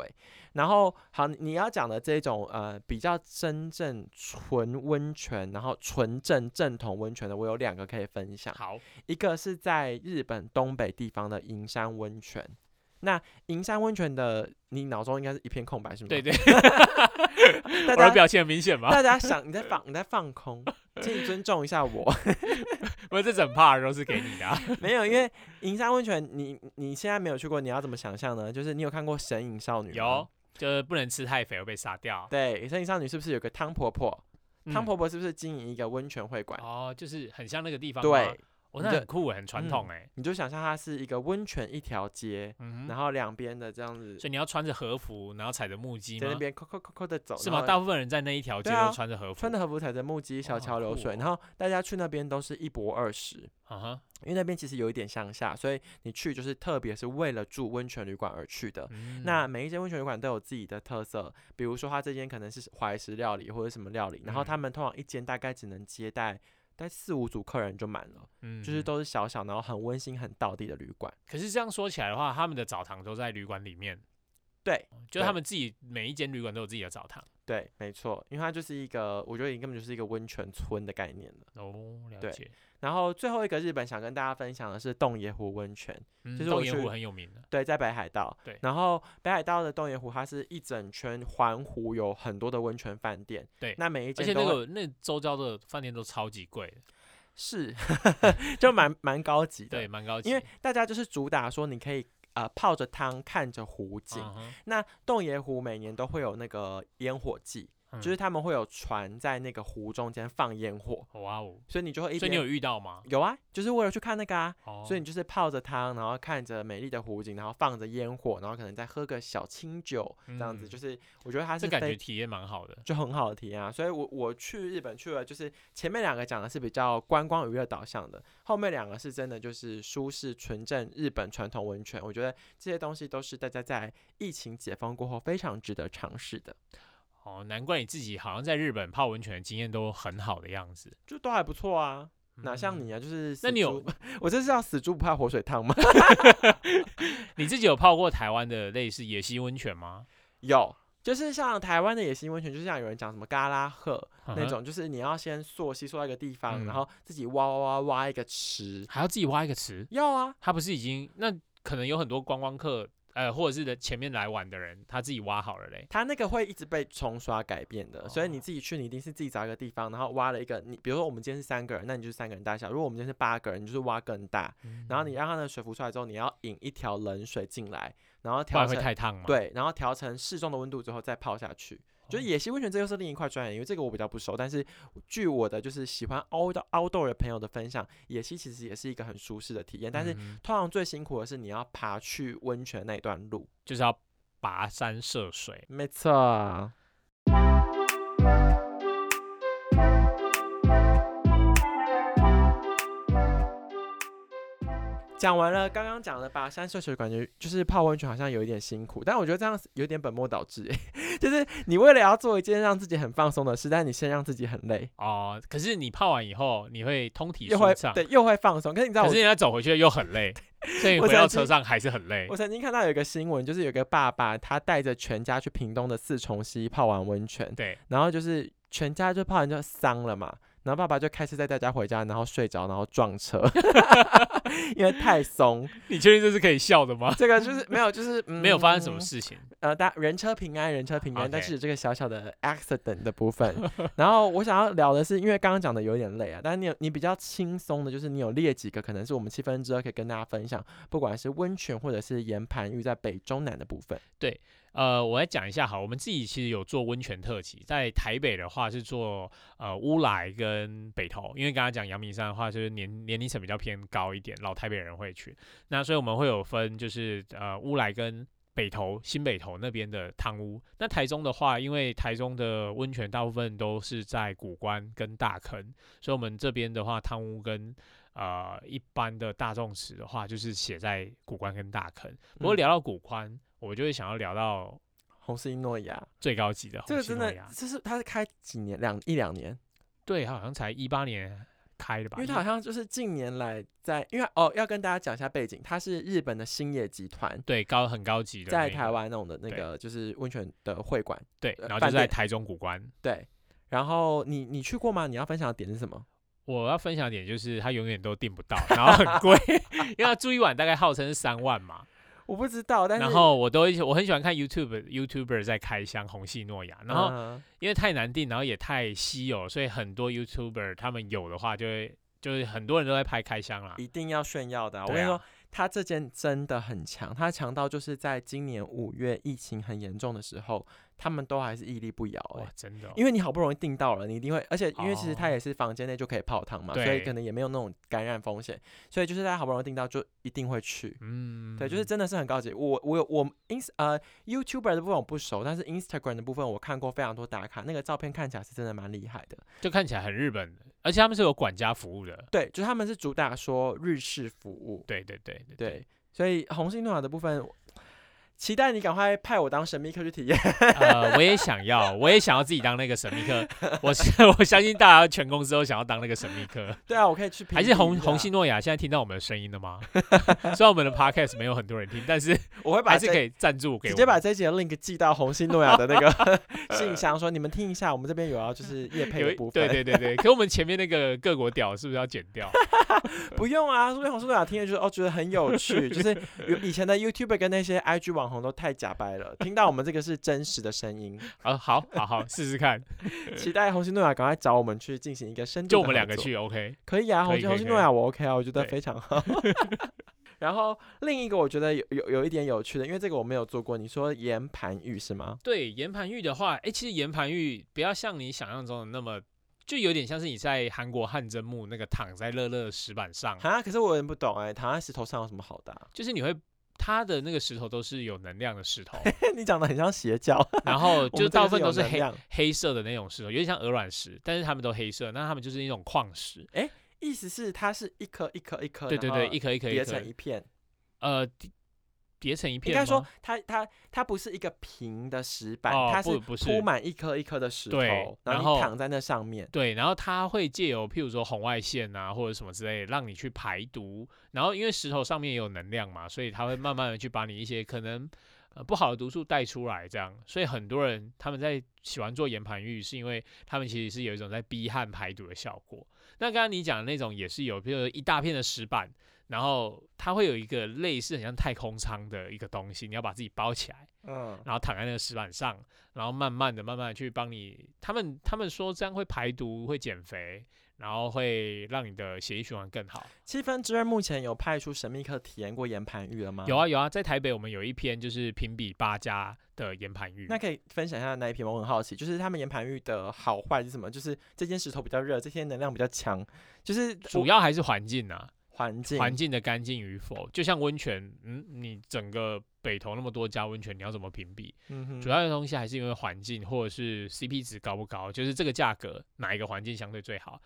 Speaker 2: 然后好，你你要讲的这种呃比较真正纯温泉，然后纯正正统温泉的，我有两个可以分享
Speaker 1: 哼，。好，
Speaker 2: 一个是在日本东北地方的银山温泉。那银山温泉的，你脑中应该是一片空白，是吗？
Speaker 1: 对， 对，
Speaker 2: 大
Speaker 1: 我的
Speaker 2: 家
Speaker 1: 表 情很明显吧？
Speaker 2: 大家想你在放你在放空，请你尊重一下我。
Speaker 1: 不是，这整 part 都是给你的啊。
Speaker 2: 没有，因为银山温泉，你你现在没有去过，你要怎么想象呢？就是你有看过《神隐少女》吗
Speaker 1: 有，，就是不能吃太肥会被杀掉。
Speaker 2: 对，《神隐少女》是不是有个汤婆婆？
Speaker 1: 嗯
Speaker 2: 汤婆婆是不是经营一个温泉会馆？
Speaker 1: 哦，啊就是很像那个地方。
Speaker 2: 对，，
Speaker 1: 我
Speaker 2: 你
Speaker 1: 那
Speaker 2: 就嗯
Speaker 1: 很酷，很传统哎。
Speaker 2: 你就想象它是一个温泉一条街，
Speaker 1: 嗯
Speaker 2: 然
Speaker 1: 哼，
Speaker 2: 后两边的这样子
Speaker 1: 所以你要穿着和服，然后踩着木屐
Speaker 2: 在那
Speaker 1: 吗？
Speaker 2: 边扣扣扣扣的走，
Speaker 1: 是
Speaker 2: 然
Speaker 1: 吗？
Speaker 2: 后
Speaker 1: 大部分人在那一条街
Speaker 2: 对啊
Speaker 1: 都穿着和服。
Speaker 2: 穿着和服踩着木屐，小
Speaker 1: 哇
Speaker 2: 桥
Speaker 1: 好
Speaker 2: 流
Speaker 1: 酷
Speaker 2: 水，
Speaker 1: 哦
Speaker 2: 然后大家去那边都是一博二十，
Speaker 1: 啊哈，
Speaker 2: 因为那边其实有一点乡下，所以你去就是特别是为了住温泉旅馆而去的。
Speaker 1: 嗯
Speaker 2: 那每一间温泉旅馆都有自己的特色，比如说它这间可能是怀石料理或者什么料理，然后他
Speaker 1: 嗯
Speaker 2: 们通常一间大概只能接待大概四五组客人就满了，就是。
Speaker 1: 嗯
Speaker 2: 都是小小然后很温馨很道地的旅馆。
Speaker 1: 可是这样说起来的话，他们的澡堂都在旅馆里面，哦
Speaker 2: 对
Speaker 1: 就是
Speaker 2: 对
Speaker 1: 他们自己每一间旅馆都有自己的澡堂。
Speaker 2: 对，没错，因为它就是一个，我觉得已经根本就是一个温泉村的概念了。
Speaker 1: 哦，了
Speaker 2: 对
Speaker 1: 解。
Speaker 2: 然后最后一个日本想跟大家分享的是洞爷湖温泉。
Speaker 1: 嗯
Speaker 2: 就是
Speaker 1: 洞
Speaker 2: 我
Speaker 1: 爷
Speaker 2: 去
Speaker 1: 湖很有名的。
Speaker 2: 对，在北海道。
Speaker 1: 对
Speaker 2: 然后北海道的洞爷湖，它是一整圈环湖，有很多的温泉饭店。
Speaker 1: 对
Speaker 2: 那每一
Speaker 1: 而
Speaker 2: 间
Speaker 1: 且
Speaker 2: 都
Speaker 1: 那个
Speaker 2: 会
Speaker 1: 那周遭的饭店都超级贵的，
Speaker 2: 是 就蛮蛮高级的。
Speaker 1: 对，，蛮高级。
Speaker 2: 因为大家就是主打说你可以呃泡着汤看着湖景。
Speaker 1: 嗯哼
Speaker 2: 那洞爷湖每年都会有那个烟火季，
Speaker 1: 嗯
Speaker 2: 就是他们会有船在那个湖中间放烟火，
Speaker 1: 哇哦，
Speaker 2: 所以你就会一
Speaker 1: 所以你有
Speaker 2: 边。
Speaker 1: 遇到吗？
Speaker 2: 有啊，就是为了去看那个啊，
Speaker 1: 哦，
Speaker 2: 所以你就是泡着汤，然后看着美丽的湖景，然后放着烟火，然后可能再喝个小清酒，这样子，
Speaker 1: 嗯
Speaker 2: 就是我觉得它是
Speaker 1: 这感
Speaker 2: 非
Speaker 1: 觉体验蛮好的。
Speaker 2: 就很好的体验啊。所以我我去日本去了，就是前面两个讲的是比较观光娱乐导向的，后面两个是真的就是舒适纯正日本传统温泉。我觉得这些东西都是大家在疫情解封过后非常值得尝试的，
Speaker 1: 哦，难怪你自己好像在日本泡温泉的经验都很好的样子。
Speaker 2: 就都还不错啊。哪像
Speaker 1: 嗯？
Speaker 2: 你啊，就是
Speaker 1: 那
Speaker 2: 死
Speaker 1: 你有
Speaker 2: 猪 我这是要死猪不怕火水烫吗？
Speaker 1: 你自己有泡过台湾的类似野溪温泉吗？
Speaker 2: 有。就是像台湾的野溪温泉，就像有人讲什么嘎拉赫那
Speaker 1: 嗯哼
Speaker 2: 种，就是你要先溯溪溯到一个地方，
Speaker 1: 嗯
Speaker 2: 然后自己挖挖挖挖一个池，
Speaker 1: 还要自己挖一个池？
Speaker 2: 要啊，
Speaker 1: 他不是已经那可能有很多观光客，呃，或者是的前面来玩的人，他自己挖好了嘞。
Speaker 2: 它那个会一直被冲刷改变的，所以你
Speaker 1: 哦
Speaker 2: 自己去，你一定是自己找一个地方，然后挖了一个你，比如说我们今天是三个人，那你就是三个人大小；如果我们今天是八个人，你就是挖更大。
Speaker 1: 嗯
Speaker 2: 然后你让它的水浮出来之后，你要引一条冷水进来，然后
Speaker 1: 不然
Speaker 2: 调
Speaker 1: 会
Speaker 2: 成
Speaker 1: 太烫吗？，哦
Speaker 2: 对，然后调成适中的温度之后再泡下去。就是野溪温泉，这又是另一块专业，因为这个我比较不熟。但是据我的就是喜欢 out outdoor 的朋友的分享，野溪其实也是一个很舒适的体验。但是
Speaker 1: 嗯哼
Speaker 2: 通常最辛苦的是你要爬去温泉那一段路。
Speaker 1: 就是要跋山涉水。
Speaker 2: 没错。讲完了刚刚讲的吧，山秀水感觉就是泡温泉好像有一点辛苦，但我觉得这样有点本末倒置、欸， 就是你为了要做一件让自己很放松的事，但你先让自己很累，
Speaker 1: 哦，可是你泡完以后，你会通体
Speaker 2: 又会
Speaker 1: 舒畅，
Speaker 2: 对又会放松。可是你知道
Speaker 1: 可
Speaker 2: 我
Speaker 1: 是你要走回去又很累，所以
Speaker 2: 我
Speaker 1: 回到
Speaker 2: 曾经
Speaker 1: 车上还是很累
Speaker 2: 我。曾经看到有一个新闻，就是有个爸爸他带着全家去屏东的四重溪泡完温泉，
Speaker 1: 对，
Speaker 2: 然后就是全家就泡完就丧了嘛，然后爸爸就开车带大家回家，然后睡着，然后撞车， 因为太松。
Speaker 1: 你确定这是可以笑的吗？
Speaker 2: 这个就是没有，就是、嗯
Speaker 1: 没有发生什么。事情，
Speaker 2: 呃，大人车平安，人车平安
Speaker 1: OK
Speaker 2: 但是有这个小小的 accident 的 部分。然后我想要聊的是，因为刚刚讲的有点累啊，但是你有你比较轻松的，就是你有列几个，可能是我们七分之二可以跟大家分享，不管是温泉或者是岩盘浴在北中南的部分。
Speaker 1: 呃，我来讲一下好，我们自己其实有做温泉特辑，在台北的话是做呃乌来跟北投，因为刚刚讲阳明山的话，就是年年龄层比较偏高一点，老台北人会去，那所以我们会有分就是呃乌来跟。北投、新北投那边的汤屋，那台中的话，因为台中的温泉大部分都是在古关跟大坑，所以我们这边的话，汤屋跟呃一般的大众池的话，就是写在古关跟大坑。不过
Speaker 2: 嗯
Speaker 1: 聊到古关，我就会想要聊到
Speaker 2: 红石英诺亚，
Speaker 1: 最高级的
Speaker 2: 这
Speaker 1: 红
Speaker 2: 个
Speaker 1: 星
Speaker 2: 真
Speaker 1: 诺
Speaker 2: 的
Speaker 1: 亚，，
Speaker 2: 这是它是开几年两一两年，
Speaker 1: 对，好像才一八年开的吧？
Speaker 2: 因为它好像就是近年来在，因为哦要跟大家讲一下背景，它是日本的星野集团
Speaker 1: 对高很高级的那
Speaker 2: 在
Speaker 1: 个
Speaker 2: 台湾弄的那
Speaker 1: 对
Speaker 2: 个就是温泉的会馆，
Speaker 1: 对，
Speaker 2: 呃
Speaker 1: 然后
Speaker 2: 饭
Speaker 1: 就在
Speaker 2: 店
Speaker 1: 台中古关。
Speaker 2: 对。然后你你去过吗？你要分享的点是什么？
Speaker 1: 我要分享一点就是它永远都订不到，然后很 贵，因为它住一晚大概号称是三万嘛。
Speaker 2: 我不知道，但是
Speaker 1: 然后我都会我很喜欢看 YouTube YouTuber 在开箱红系诺亚，然后
Speaker 2: 嗯
Speaker 1: 因为太难订，然后也太稀有，所以很多 YouTuber 他们有的话就会就是很多人都在拍开箱啦。
Speaker 2: 一定要炫耀的啊、我
Speaker 1: 对
Speaker 2: 跟你说
Speaker 1: 啊，
Speaker 2: 它这件真的很强，它强到就是在今年五月疫情很严重的时候，他们都还是屹立不摇、欸
Speaker 1: 哇，。真的哦、
Speaker 2: 因为你好不容易订到了，你一定会，而且因为其实它
Speaker 1: 哦
Speaker 2: 也是房间内就可以泡汤嘛，所以
Speaker 1: 对
Speaker 2: 可能也没有那种感染风险，所以就是大家好不容易订到就一定会去。
Speaker 1: 嗯，
Speaker 2: 对，就是真的是很高级。我我有我 ins 呃 YouTuber 的部分我不熟，但是 Instagram 的部分我看过非常多打卡，那个照片看起来是真的蛮厉害的。
Speaker 1: 就看起来很日本的，而且他们是有管家服务的。
Speaker 2: 对，就是他们是主打说日式服务，
Speaker 1: 对对对对
Speaker 2: 对，所以红星诺亚的部分，期待你赶快派我当神秘客去体验。
Speaker 1: 呃，我也想要，我也想要自己当那个神秘 客。我是 我相信大家全公司都想要当那个神秘客。
Speaker 2: 对啊，我可以去评
Speaker 1: 还
Speaker 2: 比一
Speaker 1: 是
Speaker 2: 下。
Speaker 1: 红红星诺亚现在听到我们的声音了 吗？虽然我们的 podcast 没有很多人听，但是
Speaker 2: 我会把
Speaker 1: 还是
Speaker 2: 这
Speaker 1: 可以赞助给
Speaker 2: 直
Speaker 1: 我
Speaker 2: 接把
Speaker 1: 们。
Speaker 2: 这一集的 link 寄到红星诺亚的 那个信箱，说你们听一下，我们这边有要就是夜配
Speaker 1: 有
Speaker 2: 的
Speaker 1: 一
Speaker 2: 部分。
Speaker 1: 对对对对，可我们前面那个各国屌是不是要剪掉？
Speaker 2: 不用啊，说不定红星诺亚听了就是哦，觉得很有趣，就是有以前的 YouTuber 跟那些 IG 网红都太假掰了，听到我们这个是真实的声 音，
Speaker 1: 啊，好好好，试试 看，
Speaker 2: 期待红星诺亚赶快找我们去进行一个深度，
Speaker 1: 就我们两个，去，OK？
Speaker 2: 可以啊，
Speaker 1: 可
Speaker 2: 红
Speaker 1: 以可
Speaker 2: 星红
Speaker 1: 以
Speaker 2: 星
Speaker 1: 可
Speaker 2: 诺
Speaker 1: 以
Speaker 2: 亚我 OK 啊，我觉得
Speaker 1: 对
Speaker 2: 非常好。 然后另一个我觉得有有有一点有趣的，因为这个我没有做过，你说岩盘浴是吗？
Speaker 1: 对，岩盘浴的话，哎、其实岩盘浴不要像你想象中的那么，就有点像是你在韩国汗蒸木那个躺在热热的石板上，
Speaker 2: 啊，可是我有点不懂哎、躺在石头上有什么好的啊、
Speaker 1: 就是你会。它的那个石头都是有能量的石 头，
Speaker 2: 你讲的很像邪教。
Speaker 1: 然后
Speaker 2: 我
Speaker 1: 就
Speaker 2: 们这
Speaker 1: 大
Speaker 2: 个
Speaker 1: 部分
Speaker 2: 有
Speaker 1: 都是
Speaker 2: 能
Speaker 1: 黑
Speaker 2: 量
Speaker 1: 黑色的那种石头，有点像鹅卵石，但是它们都黑色，那它们就是一种矿石。
Speaker 2: 意思是它是一颗一颗一颗，
Speaker 1: 对对
Speaker 2: 然
Speaker 1: 对，
Speaker 2: 后
Speaker 1: 一颗一颗一
Speaker 2: 叠成
Speaker 1: 颗
Speaker 2: 一，片。
Speaker 1: 呃，叠叠成一
Speaker 2: 应
Speaker 1: 片吗。
Speaker 2: 该说它它它不是一个平的石板，
Speaker 1: 哦
Speaker 2: 它
Speaker 1: 不
Speaker 2: 是
Speaker 1: 不是
Speaker 2: 铺满一颗一颗的石头
Speaker 1: 对，然
Speaker 2: 然
Speaker 1: 后
Speaker 2: 你躺在那上面。
Speaker 1: 对，然后它会借由譬如说红外线啊或者什么之类，让你去排毒。然后因为石头上面也有能量嘛，所以它会慢慢的去把你一些可能呃不好的毒素带出来，这样。所以很多人他们在喜欢做岩盘浴，是因为他们其实是有一种在逼汗排毒的效果。那刚刚你讲的那种也是有，比如说一大片的石板，然后它会有一个类似很像太空舱的一个东西，你要把自己包起来。
Speaker 2: 嗯，
Speaker 1: 然后躺在那个石板上，然后慢慢的、慢慢的去帮你。他们他们说这样会排毒、会减肥，然后会让你的血液循环更好。
Speaker 2: 七分之二目前有派出神秘客体验过岩盘浴了吗？
Speaker 1: 有啊有啊，在台北我们有一篇就是评比八家的岩盘浴。
Speaker 2: 那可以分享一下那一篇吗？我很好奇，就是他们岩盘浴的好坏是什么？就是这间石头比较热，这些能量比较强，就是
Speaker 1: 主要还是环境啊，
Speaker 2: 环境
Speaker 1: 环境的干净与否，就像温泉，嗯，你整个北投那么多家温泉，你要怎么评比？
Speaker 2: 嗯哼
Speaker 1: 主要的东西还是因为环境或者是 CP 值高不高，就是这个价格哪一个环境相对最好。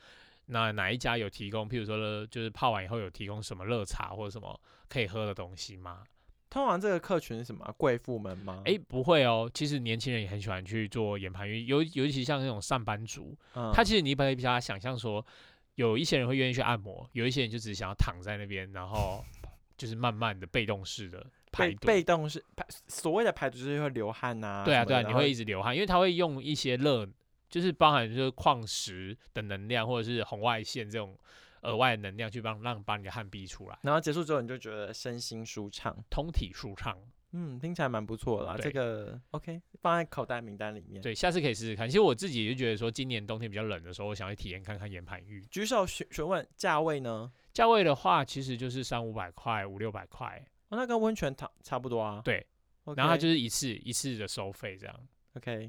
Speaker 1: 那哪一家有提供，譬如说就是泡完以后有提供什么热茶或者什么可以喝的东西吗？
Speaker 2: 通常这个客群是什么啊、贵妇们吗？
Speaker 1: 诶，不会哦，其实年轻人也很喜欢去做岩盘浴，尤尤其像那种上班族，
Speaker 2: 嗯
Speaker 1: 他其实你把把他想象说，有一些人会愿意去按摩，有一些人就只是想要躺在那边，然后就是慢慢的被动式的排
Speaker 2: 被
Speaker 1: 毒。
Speaker 2: 被动是排，所谓的排毒就是会流汗呐、
Speaker 1: 对啊，
Speaker 2: 什么
Speaker 1: 对啊，
Speaker 2: 的
Speaker 1: 你
Speaker 2: 然后
Speaker 1: 会一直流汗，因为它会用一些热，就是包含就是矿石的能量或者是红外线这种额外的能量去帮让把你的汗逼出来，
Speaker 2: 然后结束之后你就觉得身心舒畅，
Speaker 1: 通体舒畅。
Speaker 2: 嗯，听起来蛮不错的啦。这
Speaker 1: 对
Speaker 2: 个 OK，放在口袋名单里面。，
Speaker 1: 对，下次可以试试看。其实我自己也就觉得说，今年冬天比较冷的时候，我想去体验看看岩盘浴。
Speaker 2: 举手询询问价位呢？
Speaker 1: 价位的话，其实就是三五百块、五六百块，
Speaker 2: 哦，那跟温泉差差不多啊。
Speaker 1: 对
Speaker 2: OK，
Speaker 1: 然后它就是一次一次的收费这样。
Speaker 2: OK。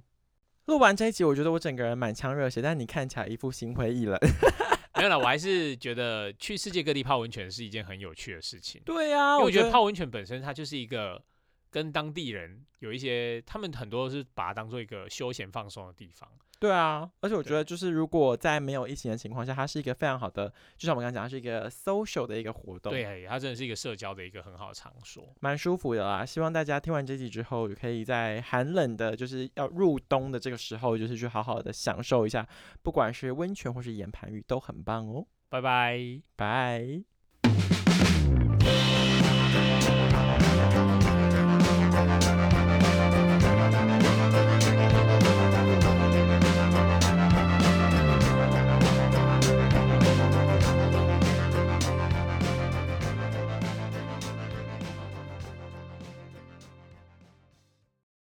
Speaker 2: 录完这一集，我觉得我整个人满腔热血，但你看起来一副心灰意冷。
Speaker 1: 没有啦，我还是觉得去世界各地泡温泉是一件很有趣的事情。
Speaker 2: 对啊，
Speaker 1: 因为我
Speaker 2: 觉
Speaker 1: 觉得泡温泉本身它就是一个跟当地人有一些，他们很多是把它当做一个休闲放松的地方。
Speaker 2: 对啊，而且我觉
Speaker 1: 对
Speaker 2: 得就是如果在没有疫情的情况下，它是一个非常好的，就像我们刚刚讲，它是一个 social 的一个活动。
Speaker 1: 对，它真的是一个社交的一个很好的场所。
Speaker 2: 蛮舒服的啦。希望大家听完这集之后，可以在寒冷的，就是要入冬的这个时候，就是去好好的享受一下，不管是温泉或是岩盘浴，都很棒哦。
Speaker 1: 拜拜。
Speaker 2: 拜。